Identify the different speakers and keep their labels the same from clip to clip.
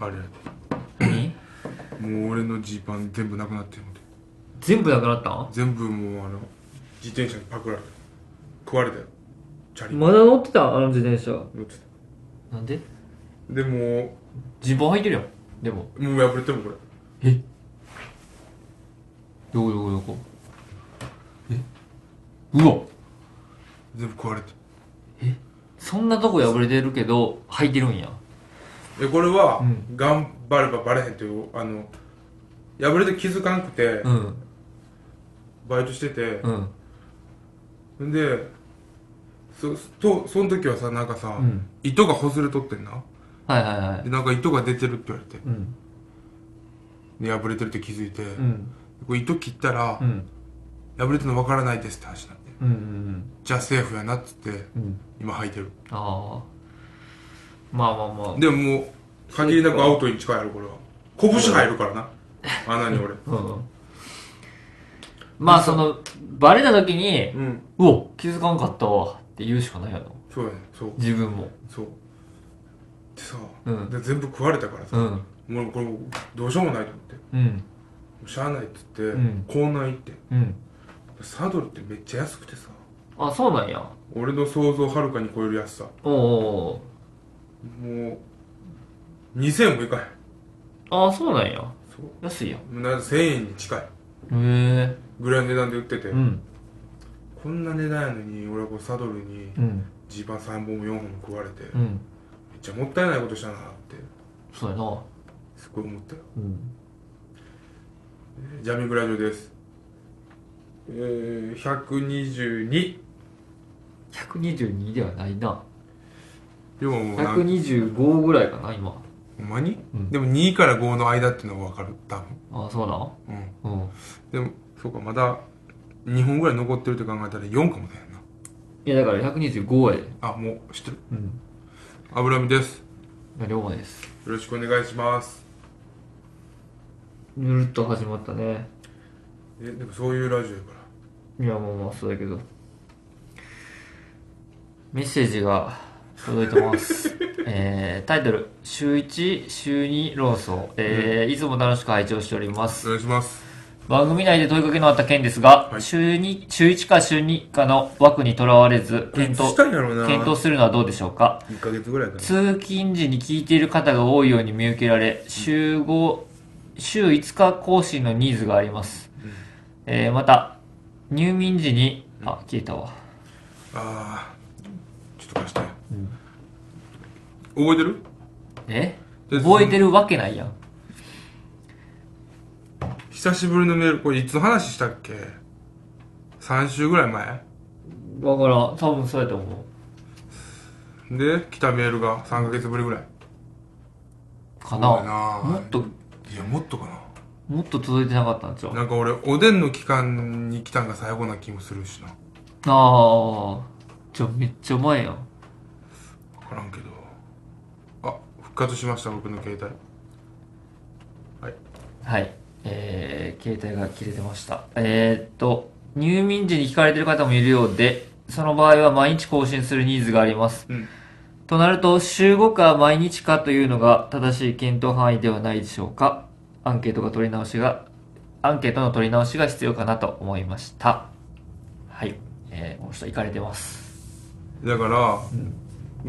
Speaker 1: あれ
Speaker 2: 何
Speaker 1: もう俺のジーパン全部なくなってるので
Speaker 2: 全部なくなったん
Speaker 1: 全部もうあの自転車にパクられた食われたよチャリ
Speaker 2: まだ乗ってたあの自転車
Speaker 1: 乗ってた
Speaker 2: なんで
Speaker 1: でも
Speaker 2: ジーパン履いてるやんでも
Speaker 1: うもう破れてもこれ
Speaker 2: えどこどこどこえうわ
Speaker 1: 全部食われて
Speaker 2: そんなとこ破れてるけど履いてるんや
Speaker 1: でこれは、
Speaker 2: うん
Speaker 1: 頑張ればバレへんというあの破れて気づかなくて、
Speaker 2: うん
Speaker 1: バイトしてて、
Speaker 2: うん
Speaker 1: んでそとその時はさなんかさ、
Speaker 2: うん
Speaker 1: 糸がほずれとってんな
Speaker 2: はいはいはい
Speaker 1: でなんか糸が出てるって言われて
Speaker 2: うん
Speaker 1: で破れてるって気づいて、
Speaker 2: うん
Speaker 1: これ糸切ったら
Speaker 2: う、ん
Speaker 1: 破れてるの分からないですって話になって
Speaker 2: うんうん
Speaker 1: じゃあセーフやなっつって
Speaker 2: うん
Speaker 1: 今履いてる
Speaker 2: ああまあまあまあ
Speaker 1: でももう限りなくアウトに近いやろこれは拳入るからな穴に俺
Speaker 2: うんまあそのバレた時に
Speaker 1: うん
Speaker 2: うお気づかんかったわって言うしかないやろ
Speaker 1: そうやねそう
Speaker 2: 自分も
Speaker 1: そうでさ、
Speaker 2: うん
Speaker 1: で全部食われたからさ、
Speaker 2: うん
Speaker 1: もうこれもうどうしようもないと思っても
Speaker 2: うん
Speaker 1: うしゃあないっつって、
Speaker 2: ん
Speaker 1: コーナー行って
Speaker 2: うん
Speaker 1: サドルってめっちゃ安くてさ
Speaker 2: あそうなんや
Speaker 1: 俺の想像をはるかに超える安さ
Speaker 2: おうおう
Speaker 1: もう2000もいかへん
Speaker 2: おうああそうなんや
Speaker 1: そう
Speaker 2: 安いやんへ
Speaker 1: もうなんか1000円に近い
Speaker 2: え
Speaker 1: ぐらいの値段で売ってて、
Speaker 2: うん
Speaker 1: こんな値段やのに俺はこうサドルに
Speaker 2: うん
Speaker 1: ジーパン3本も4本も食われて、
Speaker 2: う
Speaker 1: めっ
Speaker 2: ん
Speaker 1: ちゃもったいないことしたなって
Speaker 2: そうやな
Speaker 1: すごい思ったよ
Speaker 2: うん
Speaker 1: ジャミングラジオですえー、122
Speaker 2: 122ではないな
Speaker 1: でももうなん
Speaker 2: 125ぐらいかな今
Speaker 1: ほんまに、
Speaker 2: うん
Speaker 1: でも2から5の間っていうのは分かる多
Speaker 2: ああそうな
Speaker 1: 分うん
Speaker 2: うん
Speaker 1: でもそうかまだ2本ぐらい残ってるって考えたら4かもだよない
Speaker 2: やだから125やで
Speaker 1: あもう知ってる
Speaker 2: うん
Speaker 1: 油身ですよ
Speaker 2: 龍馬です
Speaker 1: ろしくお願いします
Speaker 2: ぬるっと始まったね
Speaker 1: えでもそういうラジオやから
Speaker 2: いやまあまあそうだけどメッセージが届いてます えー、タイトル「週1週2論争」えーいつも楽しく拝聴しております
Speaker 1: お願いします
Speaker 2: 番組内で問いかけのあった件ですが、
Speaker 1: はい
Speaker 2: 週2週1か週2かの枠にとらわれず検
Speaker 1: いつ
Speaker 2: 討
Speaker 1: したんやろうな
Speaker 2: 検討するのはどうでしょうか
Speaker 1: 1ヶ月ぐらいかな
Speaker 2: 通勤時に聞いている方が多いように見受けられ週5週5日更新のニーズがあります、
Speaker 1: ん
Speaker 2: えーまた入眠時にあ消えたわ
Speaker 1: あーちょっと貸して、
Speaker 2: ん
Speaker 1: 覚えてる
Speaker 2: え
Speaker 1: で
Speaker 2: 覚えてるわけないやん
Speaker 1: 久しぶりのメールこれいつの話したっけ3週ぐらい前
Speaker 2: わからん多分そうやと思う
Speaker 1: で来たメールが3ヶ月ぶりぐらい
Speaker 2: か
Speaker 1: そうや
Speaker 2: な
Speaker 1: な
Speaker 2: もっと
Speaker 1: いやもっとか
Speaker 2: もっと届いてなかったんちゃ
Speaker 1: な
Speaker 2: う
Speaker 1: なんか俺おでんの期間に来たんが最後な気もするしな
Speaker 2: ああじゃあめっちゃ前やん
Speaker 1: 分からんけどあ復活しました僕の携帯はい
Speaker 2: はい、えー、携帯が切れてました。えー、っと、入眠時に聞かれてる方もいるようで、その場合は毎日更新するニーズがあります。
Speaker 1: うん
Speaker 2: となると、週5か毎日かというのが正しい検討範囲ではないでしょうか。アンケートが取り直しが、アンケートの取り直しが必要かなと思いました。はい、えー、この人、行かれてます。
Speaker 1: だから、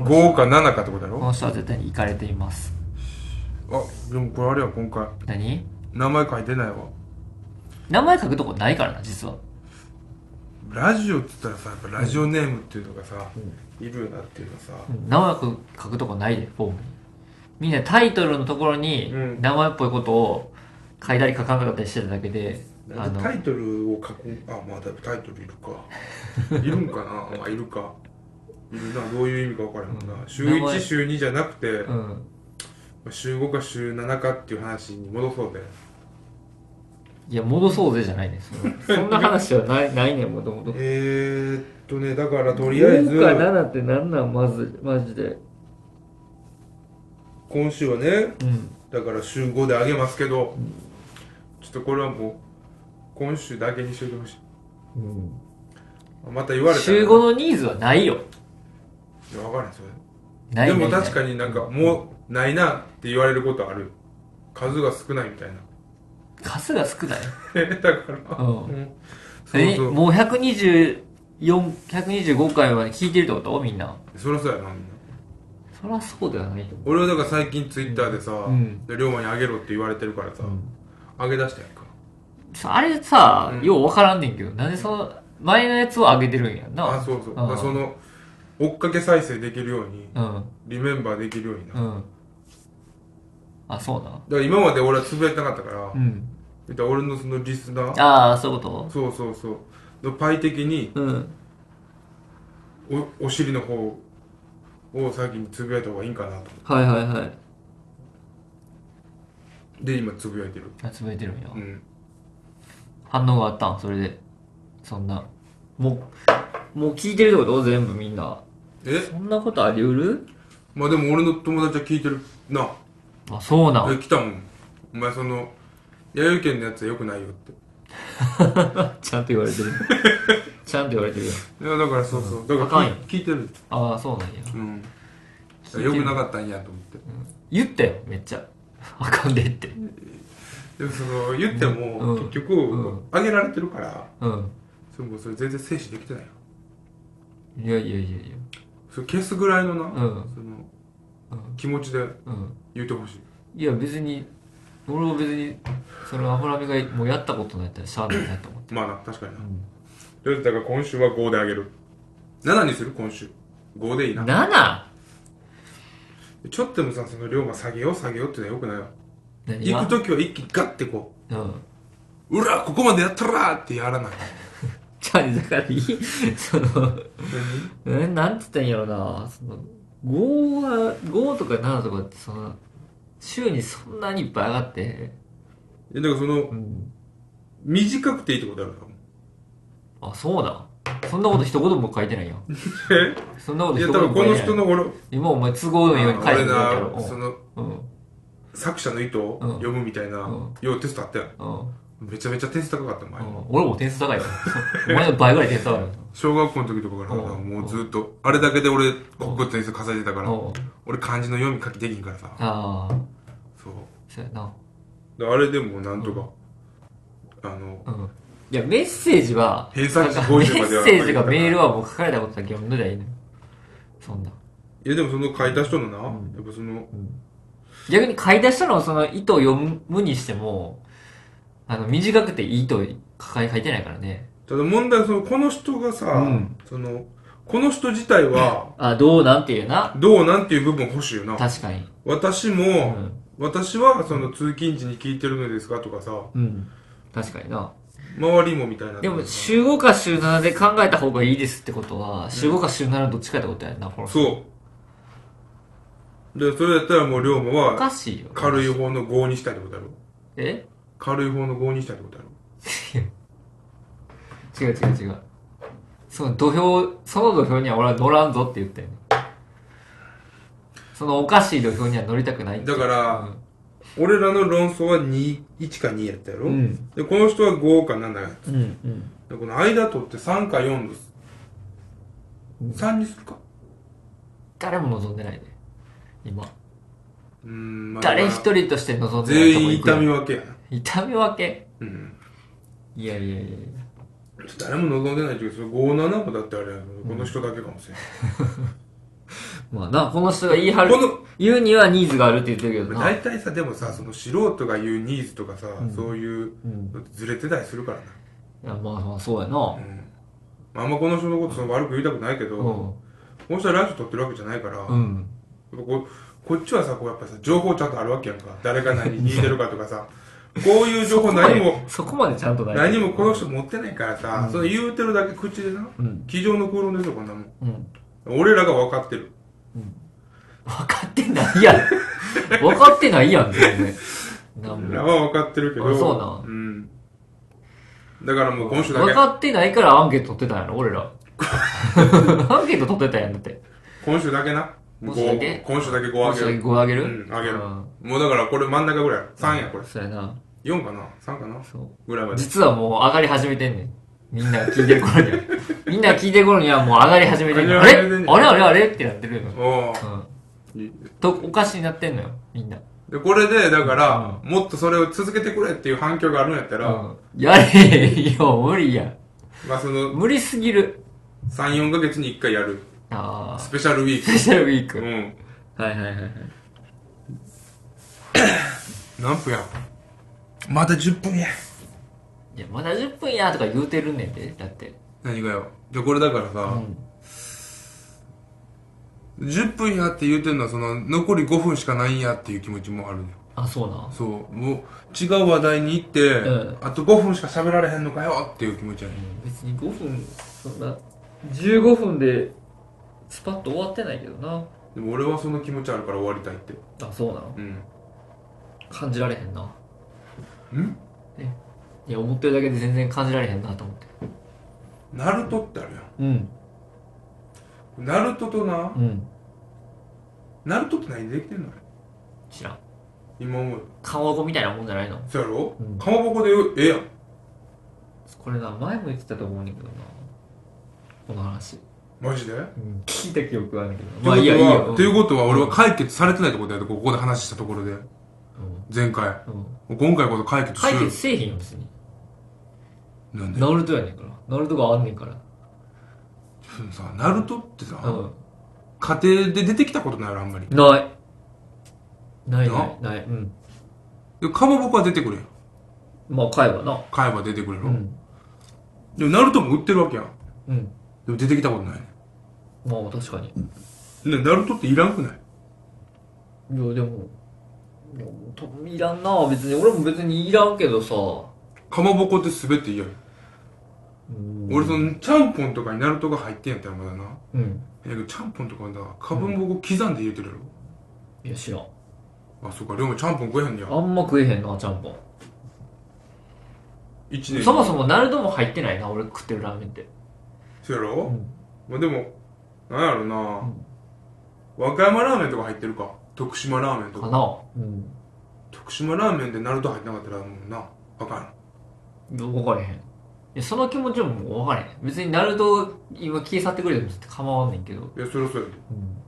Speaker 1: 5か7かってことや
Speaker 2: こ
Speaker 1: ろ
Speaker 2: の人は絶対に行かれています。
Speaker 1: あでもこれあれや今回
Speaker 2: 何
Speaker 1: 名前書いてないわ
Speaker 2: 名前書くとこないからな、実は。
Speaker 1: ラジオって言ったらさやっぱラジオネームっていうのがさ、いるよなっていうのさ、
Speaker 2: 名前書くとこないでフォームにみんなタイトルのところに
Speaker 1: うん
Speaker 2: 名前っぽいことを書いたり書かなかったりしてただけで、
Speaker 1: な
Speaker 2: あ
Speaker 1: ん
Speaker 2: の
Speaker 1: でタイトルを書くあまあだいぶタイトルいるか いるんかなまあいるかいるなどういう意味か分からへんもんな、
Speaker 2: うん
Speaker 1: 週
Speaker 2: 名前
Speaker 1: 1週2じゃなくて、
Speaker 2: うん
Speaker 1: 週5か週7かっていう話に戻そうで
Speaker 2: いや戻そうぜじゃないね そのそんな話はないないねもともと
Speaker 1: えー、っとねだからとりあえず
Speaker 2: か7ってなんなんまずマジで
Speaker 1: 今週はね
Speaker 2: うん
Speaker 1: だから週5であげますけど、ちょっとこれはもう今週だけにしといてほしいまた言われたら
Speaker 2: 週5のニーズはないよ
Speaker 1: いや分からんそれ
Speaker 2: ない
Speaker 1: でも
Speaker 2: ない
Speaker 1: 確かになんかもないなって言われることある数が少ないみたいな
Speaker 2: 数が少ない
Speaker 1: だから
Speaker 2: うん
Speaker 1: んそう
Speaker 2: え
Speaker 1: そう
Speaker 2: もう124、125回は聞いてるってことみんな。
Speaker 1: そりゃそうやなみんな
Speaker 2: そりゃそうだよね。
Speaker 1: 俺はだから最近ツイッターでさ、
Speaker 2: ん
Speaker 1: で龍馬にあげろって言われてるからさ、あげ出したやんか
Speaker 2: さあれさ、
Speaker 1: うん
Speaker 2: ようわからんねんけど、なんでその、前のやつを上げてるんやんな。
Speaker 1: あそうそう
Speaker 2: うん
Speaker 1: だからその追っかけ再生できるように
Speaker 2: うん。
Speaker 1: リメンバーできるようにな、
Speaker 2: う
Speaker 1: だか
Speaker 2: ん。あ、そうな。
Speaker 1: ら今まで俺はつぶやいてなかったから、
Speaker 2: うん。
Speaker 1: 言ったら俺のそのリスナー
Speaker 2: ああ、そういうこ
Speaker 1: そうそうそうのパイ的に
Speaker 2: とうん。
Speaker 1: おお尻の方を先につぶやいた方がいいんかなと
Speaker 2: はいはいはい。
Speaker 1: で今つぶやいてる
Speaker 2: あつぶれてるんや。
Speaker 1: うん
Speaker 2: 反応があったんそれで。そんな。もう、もう聞いてるってこと全部みんな。
Speaker 1: え
Speaker 2: そんなことあり得る
Speaker 1: まあでも俺の友達は聞いてるな
Speaker 2: あ、そうなん。
Speaker 1: え来たもんお前その弥生県のやつはよくないよって
Speaker 2: ちゃんと言われてる。 ちゃんと言われてるよ。
Speaker 1: いやだからそうそう、だ
Speaker 2: あ
Speaker 1: か
Speaker 2: からんよ
Speaker 1: 聞い聞いてる
Speaker 2: ああ、そうなんや。
Speaker 1: うん
Speaker 2: 聞いてる
Speaker 1: よくなかったんやと思って
Speaker 2: 言ったよ、めっちゃ。あかんでって。
Speaker 1: でもその言っても、
Speaker 2: うん
Speaker 1: 結局、
Speaker 2: うん
Speaker 1: あげられてるから
Speaker 2: うん。
Speaker 1: それもうそれ全然静止できてないよ
Speaker 2: いやいやいやいや。
Speaker 1: それ消すぐらいのな、
Speaker 2: うん
Speaker 1: その
Speaker 2: うん
Speaker 1: 気持ちで
Speaker 2: うん。
Speaker 1: 言ってほしい
Speaker 2: いや、別に、俺は別に、そのアホラミがもうやったことないったらしゃあないなと思って。
Speaker 1: まあな確かにな
Speaker 2: うん、
Speaker 1: とりあえずだから今週は5であげる7にする今週5でいいな
Speaker 2: 7!
Speaker 1: ちょっとでもさその龍馬下げよう下げようってのはよくないよ
Speaker 2: 何
Speaker 1: 行
Speaker 2: が
Speaker 1: く時は一気にガッてこ
Speaker 2: うん。
Speaker 1: う「うらここまでやったら!」ってやらない
Speaker 2: じゃあ、だからいい、その、えなんつったんやろな、その、5は、5とか7とかって、その、週にそんなにいっぱい上がって、
Speaker 1: えだからその
Speaker 2: うん。
Speaker 1: 短くていいってことあるかも
Speaker 2: あ、そうだ。そんなこと一言も書いてないよ。
Speaker 1: え
Speaker 2: そんなこと
Speaker 1: いや
Speaker 2: 一
Speaker 1: 多分
Speaker 2: 言も書
Speaker 1: この
Speaker 2: いてない。
Speaker 1: 人の俺
Speaker 2: 今お前都合のように書い
Speaker 1: 俺
Speaker 2: てるだけど
Speaker 1: な。その
Speaker 2: うん。うん。
Speaker 1: 作者の意図を
Speaker 2: うん
Speaker 1: 読むみたいな、
Speaker 2: うん
Speaker 1: ようテストあったやん
Speaker 2: うん。うん
Speaker 1: めちゃめちゃ点数高かった前、
Speaker 2: 俺も点数高いよ。 お前の倍ぐらい点数高いよ。
Speaker 1: 小学校の時とかからさ、
Speaker 2: うん
Speaker 1: もうずっとあれだけで俺国語点数稼いでたから、
Speaker 2: うん。
Speaker 1: 俺漢字の読み書きできんからさ、
Speaker 2: ああ、
Speaker 1: そう
Speaker 2: そうやな。
Speaker 1: であれでもなんとか、あの
Speaker 2: うん。いや、メッセージは、
Speaker 1: 偏差値
Speaker 2: だからメ
Speaker 1: 50までは
Speaker 2: ッセージがメールはもう書かれたことだけ読むのでいいのよ。そんな。
Speaker 1: いやでもその書いた人のな、
Speaker 2: うん
Speaker 1: やっぱその
Speaker 2: 逆に買い出したのをその意図を読むにしても、あの、短くていいと書い書いてないからね。
Speaker 1: ただ問題はそのこの人がさ、
Speaker 2: うん
Speaker 1: そのこの人自体は
Speaker 2: あ、どうなんていうな。
Speaker 1: どうなんていう部分欲しいよな
Speaker 2: 確かに。
Speaker 1: 私も、
Speaker 2: うん。
Speaker 1: 私はその通勤時に聞いてるのですかとかさ
Speaker 2: うん。確かにな。
Speaker 1: 周りもみたいな
Speaker 2: でも、週5か週7で考えた方がいいですってことは、週5か週7どっちかってことやんな、この人
Speaker 1: そうでそれやったらもう龍馬
Speaker 2: お
Speaker 1: は
Speaker 2: かしいよ。
Speaker 1: 軽い。方の5にしたいってことだろ
Speaker 2: え
Speaker 1: 軽い方の5にしたいってことだろ
Speaker 2: 違う違う違う。その土俵、その土俵には俺は乗らんぞって言ってんのそのおかしい土俵には乗りたくないって
Speaker 1: だから、俺らの論争は21か2やったやろ、
Speaker 2: うん
Speaker 1: でこの人は5か7やっ
Speaker 2: うん、うん、
Speaker 1: たでこの間取って3か4です
Speaker 2: うん
Speaker 1: 3にするか
Speaker 2: 誰も望んでないで。今。
Speaker 1: うーんまあ
Speaker 2: 誰一人として望んでないとこ
Speaker 1: 全員
Speaker 2: 行くや
Speaker 1: 痛
Speaker 2: ん
Speaker 1: み分けやな
Speaker 2: 痛み分け
Speaker 1: うん
Speaker 2: いやいやいやいや。
Speaker 1: 誰も望んでないけどそれ57もだってあれやろこの人だけかもしれない、
Speaker 2: まあな、この人が言い張る
Speaker 1: この、
Speaker 2: 言うにはニーズがあるって言ってるけどな。
Speaker 1: 大体さでもさその素人が言うニーズとかさ、
Speaker 2: ん
Speaker 1: そういう
Speaker 2: うん。
Speaker 1: のってずれてたりするからな、
Speaker 2: いや、まあまあ、そうやな
Speaker 1: う。んまああんまこの人のことその悪く言いたくないけど、この人はラジオ撮ってるわけじゃないから、
Speaker 2: う
Speaker 1: やっ
Speaker 2: ん。
Speaker 1: ぱこうこっちはさこうやっぱさ情報ちゃんとあるわけやんか誰が何聞いてるかとかさこういう情報何も
Speaker 2: そこまでちゃんとない
Speaker 1: 何もこの人持ってないからさ、
Speaker 2: うん
Speaker 1: その言うてるだけ口でな
Speaker 2: うん
Speaker 1: 机上の空論ですよこんなもん
Speaker 2: うん
Speaker 1: 俺らが分かってる
Speaker 2: 分かってな いやん分かってないやん全然なん
Speaker 1: 俺ら
Speaker 2: も
Speaker 1: は分かってるけど
Speaker 2: あそうなん
Speaker 1: だからもう今週だ
Speaker 2: 分
Speaker 1: け
Speaker 2: かってないからアンケート取ってたんやろ 俺らアンケート取ってたやんだって
Speaker 1: 今週だけな
Speaker 2: 今週だけ
Speaker 1: ご今週だけ5
Speaker 2: も
Speaker 1: あ
Speaker 2: う
Speaker 1: げ
Speaker 2: それ
Speaker 1: る
Speaker 2: 5あげる
Speaker 1: うんあげる
Speaker 2: うん
Speaker 1: もうだからこれ真ん中ぐらい3やこれ
Speaker 2: そうやな
Speaker 1: 4かな3かな
Speaker 2: そう
Speaker 1: ぐらいまで
Speaker 2: 実はもう上がり始めてんねんみんなが聞いてる頃に はみんなが聞いてる頃にはもう上がり始めてんねんあ
Speaker 1: 上
Speaker 2: れあ
Speaker 1: がり始めて
Speaker 2: れ
Speaker 1: んねん
Speaker 2: あれあれってなってるよ
Speaker 1: おお
Speaker 2: うん
Speaker 1: い
Speaker 2: とおかしになってんのよみんな、
Speaker 1: でこれでだから、もっとそれを続けてくれっていう反響があるんやったら、
Speaker 2: うん、やれよ無理や
Speaker 1: まあその
Speaker 2: 無理すぎる
Speaker 1: 34ヶ月に1回やる
Speaker 2: ああ
Speaker 1: スペシャルウィー
Speaker 2: スペシャルウィー
Speaker 1: ク
Speaker 2: ク、
Speaker 1: うん
Speaker 2: はいはいはいはい
Speaker 1: 何分やまだ10分や
Speaker 2: いやまだ10分やとか言うてるねんでだって
Speaker 1: 何がよじゃあこれだから
Speaker 2: う
Speaker 1: さ、
Speaker 2: ん
Speaker 1: 10分やって言うてんのはその残り5分しかないんやっていう気持ちもあるね
Speaker 2: あそうなん
Speaker 1: そうもう違う話題に行って、
Speaker 2: うん
Speaker 1: あと5分しか喋られへんのかよっていう気持ちやね
Speaker 2: 別に5分そんな15分でスパッと終わってないけどな
Speaker 1: でも俺はその気持ちあるから終わりたいって
Speaker 2: あそうなん
Speaker 1: うん
Speaker 2: 感じられへんなんいや思ってるだけで全然感じられへんなと思って
Speaker 1: ナルトってあるや
Speaker 2: うん
Speaker 1: んナルトとな、
Speaker 2: うん
Speaker 1: ナルトって何でできてんのあれ
Speaker 2: 知らん
Speaker 1: 今思う
Speaker 2: 顔語みたいなもんじゃないの
Speaker 1: そうやろ、
Speaker 2: うん
Speaker 1: かまぼこでええやん
Speaker 2: これな前も言ってたと思うねんだけどなこの話、
Speaker 1: マジで
Speaker 2: うん、聞いた記憶はあるけど
Speaker 1: っていうことはっていう
Speaker 2: こ
Speaker 1: ことは俺は解決されてないってことやでここで話したところで前回
Speaker 2: と、うんうん、
Speaker 1: 今回こそ解決す
Speaker 2: 解
Speaker 1: る
Speaker 2: 決せえへんよ別に
Speaker 1: なんで
Speaker 2: ナルトやねんからナルトがあんねんから
Speaker 1: そのさナルトってさ、
Speaker 2: うん
Speaker 1: 家庭で出てきたことないやろあんまり
Speaker 2: ないないな
Speaker 1: ない
Speaker 2: ないうん
Speaker 1: でかまぼこは出てくるやん
Speaker 2: まあ買えばな
Speaker 1: 買えば出てくるや
Speaker 2: う
Speaker 1: ろ、
Speaker 2: ん
Speaker 1: でもナルトも売ってるわけやん
Speaker 2: うん
Speaker 1: でも出てきたことない
Speaker 2: まあ確かに
Speaker 1: ねナルトっていらんくない
Speaker 2: いやでもいやといらんな別に俺も別にいらんけどさ、
Speaker 1: かまぼこって滑っていいやん、
Speaker 2: うん、
Speaker 1: 俺そのちゃんぽんとかにナルトが入ってんやったらまだな
Speaker 2: うん
Speaker 1: いやけどちゃんぽんとかなかまぼこ刻んで入れてるやろ、
Speaker 2: いや知らん
Speaker 1: あそうかでもちゃんぽん食えへんねや
Speaker 2: あんま食えへんなちゃんぽん
Speaker 1: 1年
Speaker 2: そもそもナルトも入ってないな俺食ってるラーメンって
Speaker 1: そうや
Speaker 2: う
Speaker 1: ろ、
Speaker 2: ん
Speaker 1: まあでもなんやろな、
Speaker 2: ん
Speaker 1: 和歌山ラーメンとか入ってるか徳島ラーメンと
Speaker 2: か
Speaker 1: か
Speaker 2: なうん
Speaker 1: 徳島ラーメンでナルト入ってなかったらもうなあかん
Speaker 2: 分かれへんいやその気持ちももう分かれへん別にナルト今消え去ってくれても構わんねんけど
Speaker 1: いやそりゃそうやで
Speaker 2: うん
Speaker 1: だ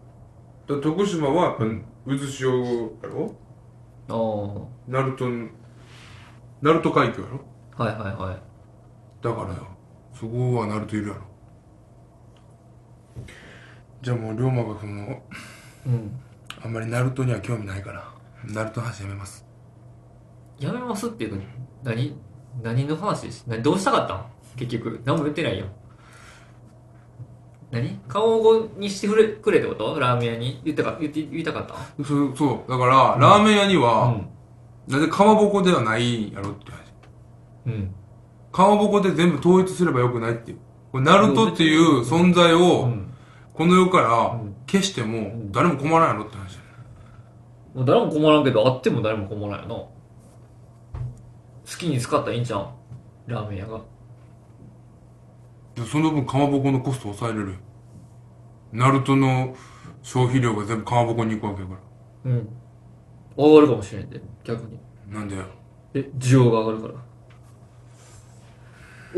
Speaker 1: から徳島はやっぱ渦潮やろ
Speaker 2: ああ
Speaker 1: ナルトナルト海峡やろ
Speaker 2: はいはいはい
Speaker 1: だからよそこはナルトいるやろじゃあもう龍馬がその
Speaker 2: うん
Speaker 1: あんまりナルトには興味ないからナルトの話やめます
Speaker 2: やめますっていうか何何の話です何どうしたかったん結局何も言ってないよ何顔をにしてくれくれってことラーメン屋に言ったか言って言いたかった
Speaker 1: そうそうだから、ラーメン屋に
Speaker 2: う
Speaker 1: は、
Speaker 2: ん
Speaker 1: なぜかまぼこではないんやろって話
Speaker 2: うん
Speaker 1: かまぼこで全部統一すればよくないっていうこれナルトっていう存在
Speaker 2: う
Speaker 1: を
Speaker 2: ん
Speaker 1: この世か
Speaker 2: う
Speaker 1: ら
Speaker 2: ん
Speaker 1: 消しても誰も困らんやろって話
Speaker 2: もう誰も困らんけどあっても誰も困らんよな好きに使ったらいいんじゃんラーメン屋が
Speaker 1: でその分かまぼこのコスト抑えれるよナルトの消費量が全部かまぼこに行くわけやか
Speaker 2: うん上がるかもしれんで逆に
Speaker 1: らなんで
Speaker 2: え需要が上がるから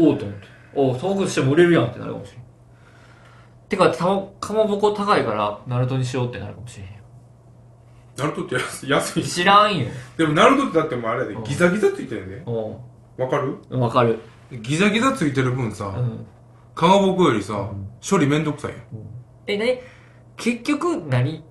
Speaker 2: おおと思っておおタバコとしても売れるやんってなるかもしれんてかたまかまぼこ高いからナルトにしようってなるかもしれへんよ
Speaker 1: ナルトって安い安い
Speaker 2: 知らんよ
Speaker 1: でもナルトってだってもうあれやで
Speaker 2: うん
Speaker 1: ギザギザついてるね
Speaker 2: お
Speaker 1: わかる
Speaker 2: うんわかる
Speaker 1: ギザギザついてる分
Speaker 2: う
Speaker 1: さ
Speaker 2: ん
Speaker 1: かまぼこよりさ処理めんどくさいよ
Speaker 2: え何結局何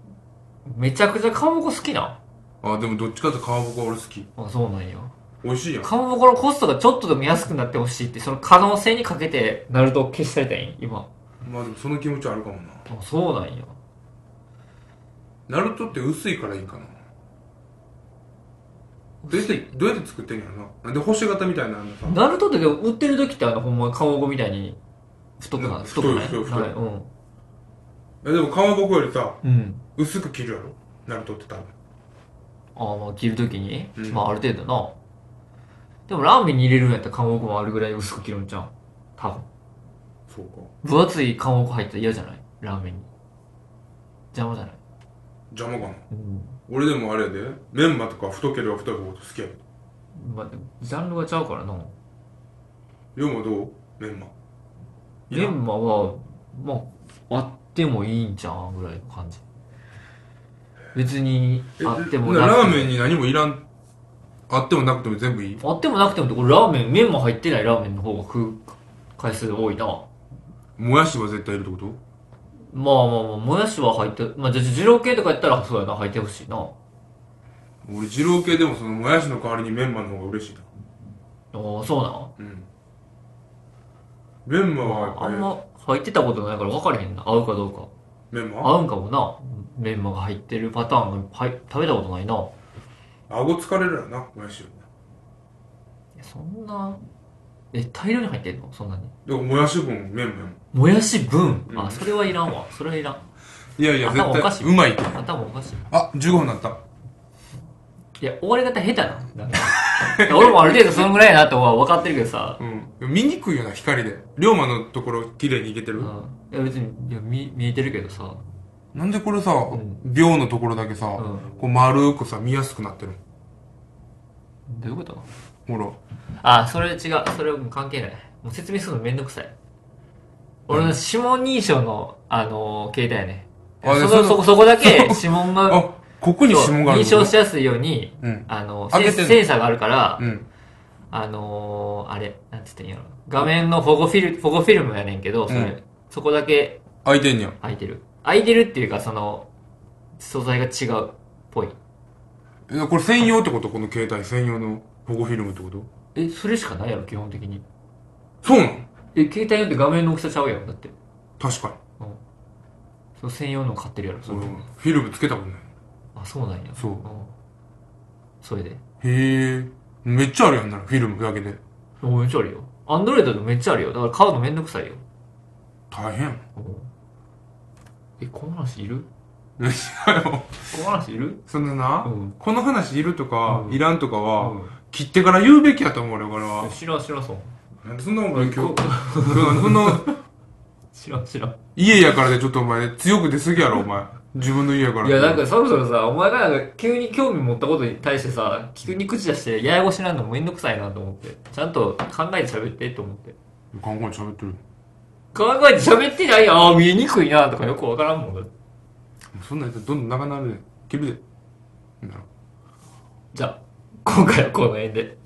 Speaker 2: めちゃくちゃかまぼこ好きなん
Speaker 1: あでもどっちかっていうとかまぼこは俺好き
Speaker 2: あそうなんや
Speaker 1: 美味しいやん
Speaker 2: かまぼこのコストがちょっとでも安くなってほしいってその可能性にかけてナルトを消し去りたいん今
Speaker 1: まあでもその気持ちはあるかもな
Speaker 2: あそうなんや
Speaker 1: ナルトって薄いからいいかなどうやってどうやって作ってんやろななんで星型みたいなのさ
Speaker 2: ナルトってでも売ってる時ってあのほんまかまぼこみたいに太くな
Speaker 1: うん
Speaker 2: 太くない
Speaker 1: 太い太い
Speaker 2: はい
Speaker 1: 太えでもかまぼこよりさ
Speaker 2: うん、うん、
Speaker 1: 薄く切るやろナルトって多分
Speaker 2: ああまあ切る時に、
Speaker 1: うん
Speaker 2: まあある程度なでもラーメンに入れるんやったらかまぼこもあるぐらい薄く切るんじゃん多分
Speaker 1: そうか
Speaker 2: 分厚いかまぼこ入ったら嫌じゃないラーメンに邪魔じゃない
Speaker 1: 邪魔かな
Speaker 2: うん
Speaker 1: 俺でもあれやでメンマとか太ければ太い方が好きやけど
Speaker 2: まあでもジャンルがちゃうからな
Speaker 1: 龍馬どうメンマい
Speaker 2: メ
Speaker 1: や
Speaker 2: ンマはまああってもいいんじゃんぐらいの感じ別にあっても
Speaker 1: な
Speaker 2: なくて
Speaker 1: ラ
Speaker 2: も
Speaker 1: ーメンに何もいらん、あってもなくても全部いい
Speaker 2: あってもなくてもってこれラーメン麺も入ってないラーメンの方が食う回数多いな
Speaker 1: もやしは絶対いるってこと
Speaker 2: まあまあまあもやしは入ってまあじゃあ二郎系とかやったらそうやな入ってほしいな
Speaker 1: 俺、二郎系でもそのもやしの代わりにメンマの方が嬉しいな。
Speaker 2: ああそうなん
Speaker 1: うん。メンマはやっ
Speaker 2: あ
Speaker 1: ぱり
Speaker 2: ん、ま入ってたことないから分かれへんな合うかどうか
Speaker 1: メンマ
Speaker 2: 合うんかもなメンマが入ってるパターンがはい食べたことないな
Speaker 1: 顎疲れるよな、もやしよりな。
Speaker 2: えそんなえ大量に入ってんのそんなに
Speaker 1: だからもやし分、メンマやもん。
Speaker 2: もやし分、
Speaker 1: うん
Speaker 2: あそれはいらんわそれはいらん
Speaker 1: いやいや、
Speaker 2: 頭おかし
Speaker 1: 絶
Speaker 2: い
Speaker 1: 対、うまいって。
Speaker 2: 頭おかしい
Speaker 1: あ、15分になった。
Speaker 2: いや終わり方下手ななんかいや俺もある程度そのぐらいやなって分かってるけどさ
Speaker 1: うん。見にくいよな、光で。龍馬のところ、綺麗にいけてる。
Speaker 2: うんいや別にいや見見えてるけどさ、
Speaker 1: なんでこれさ、
Speaker 2: ん
Speaker 1: 秒のところだけさ、
Speaker 2: うん
Speaker 1: こう丸くさ、見やすくなってる
Speaker 2: どういうこと
Speaker 1: のほ
Speaker 2: あそれ違うそれもう関係ないもう説明するのめんどくさい俺の指紋認証の、あのー携帯やね
Speaker 1: あで
Speaker 2: そ
Speaker 1: そ
Speaker 2: こ
Speaker 1: の
Speaker 2: そこそこだけ指紋
Speaker 1: ら。
Speaker 2: が
Speaker 1: あ、ここに指紋がある
Speaker 2: 認
Speaker 1: の
Speaker 2: 証しやすいように
Speaker 1: うん。
Speaker 2: あの
Speaker 1: 開
Speaker 2: セ
Speaker 1: け
Speaker 2: ン
Speaker 1: てんの
Speaker 2: センサーがあるから、
Speaker 1: うん。
Speaker 2: あのーあれなんつってんやろ画面の保護フィル保護フィルムやねんけどそれ、
Speaker 1: うん
Speaker 2: そこだけ
Speaker 1: 開いてんねや。
Speaker 2: 開いてる開いてるっていうかその素材が違うっぽい
Speaker 1: えこれ専用ってことこの携帯専用の保護フィルムってこと
Speaker 2: えそれしかないやろ基本的に
Speaker 1: そうなん
Speaker 2: え携帯によって画面の大きさちゃうやんだって
Speaker 1: 確か
Speaker 2: その専用の買ってるやろそ
Speaker 1: に。
Speaker 2: れ、
Speaker 1: 俺もフィルムつけたことない。
Speaker 2: あそうなんや
Speaker 1: そうん
Speaker 2: それで
Speaker 1: へえ。めっちゃあるやんな、フィルムだけで。
Speaker 2: おめっちゃあるよアンドロイドでもめっちゃあるよだから買うのめんどくさいよ
Speaker 1: 大変。
Speaker 2: えこの話いる
Speaker 1: いやでも
Speaker 2: この話いる
Speaker 1: そんなな、
Speaker 2: うん
Speaker 1: この話いるとか、
Speaker 2: うん
Speaker 1: いらんとかは、
Speaker 2: うん
Speaker 1: 切ってから言うべきやと思うよ、俺は。
Speaker 2: 知らん知らんそう
Speaker 1: なんでそんなお前今日、
Speaker 2: こ
Speaker 1: 今日そんな、
Speaker 2: 知らん知らん
Speaker 1: 家やからでちょっとお前強く出すぎやろお 前自分の家やから
Speaker 2: いやなんかそろそろさお前がなんか急に興味持ったことに対してさ急に口出してややこしなんのめんどくさいなと思ってちゃんと考えて喋ってと思って
Speaker 1: 考えて喋ってる
Speaker 2: 考えて喋ってないやんあー見えにくいなとかよくわからんもんだって
Speaker 1: そんなんやったらどんどん長なるで切るでなんだろ
Speaker 2: じゃあ今回はこの辺で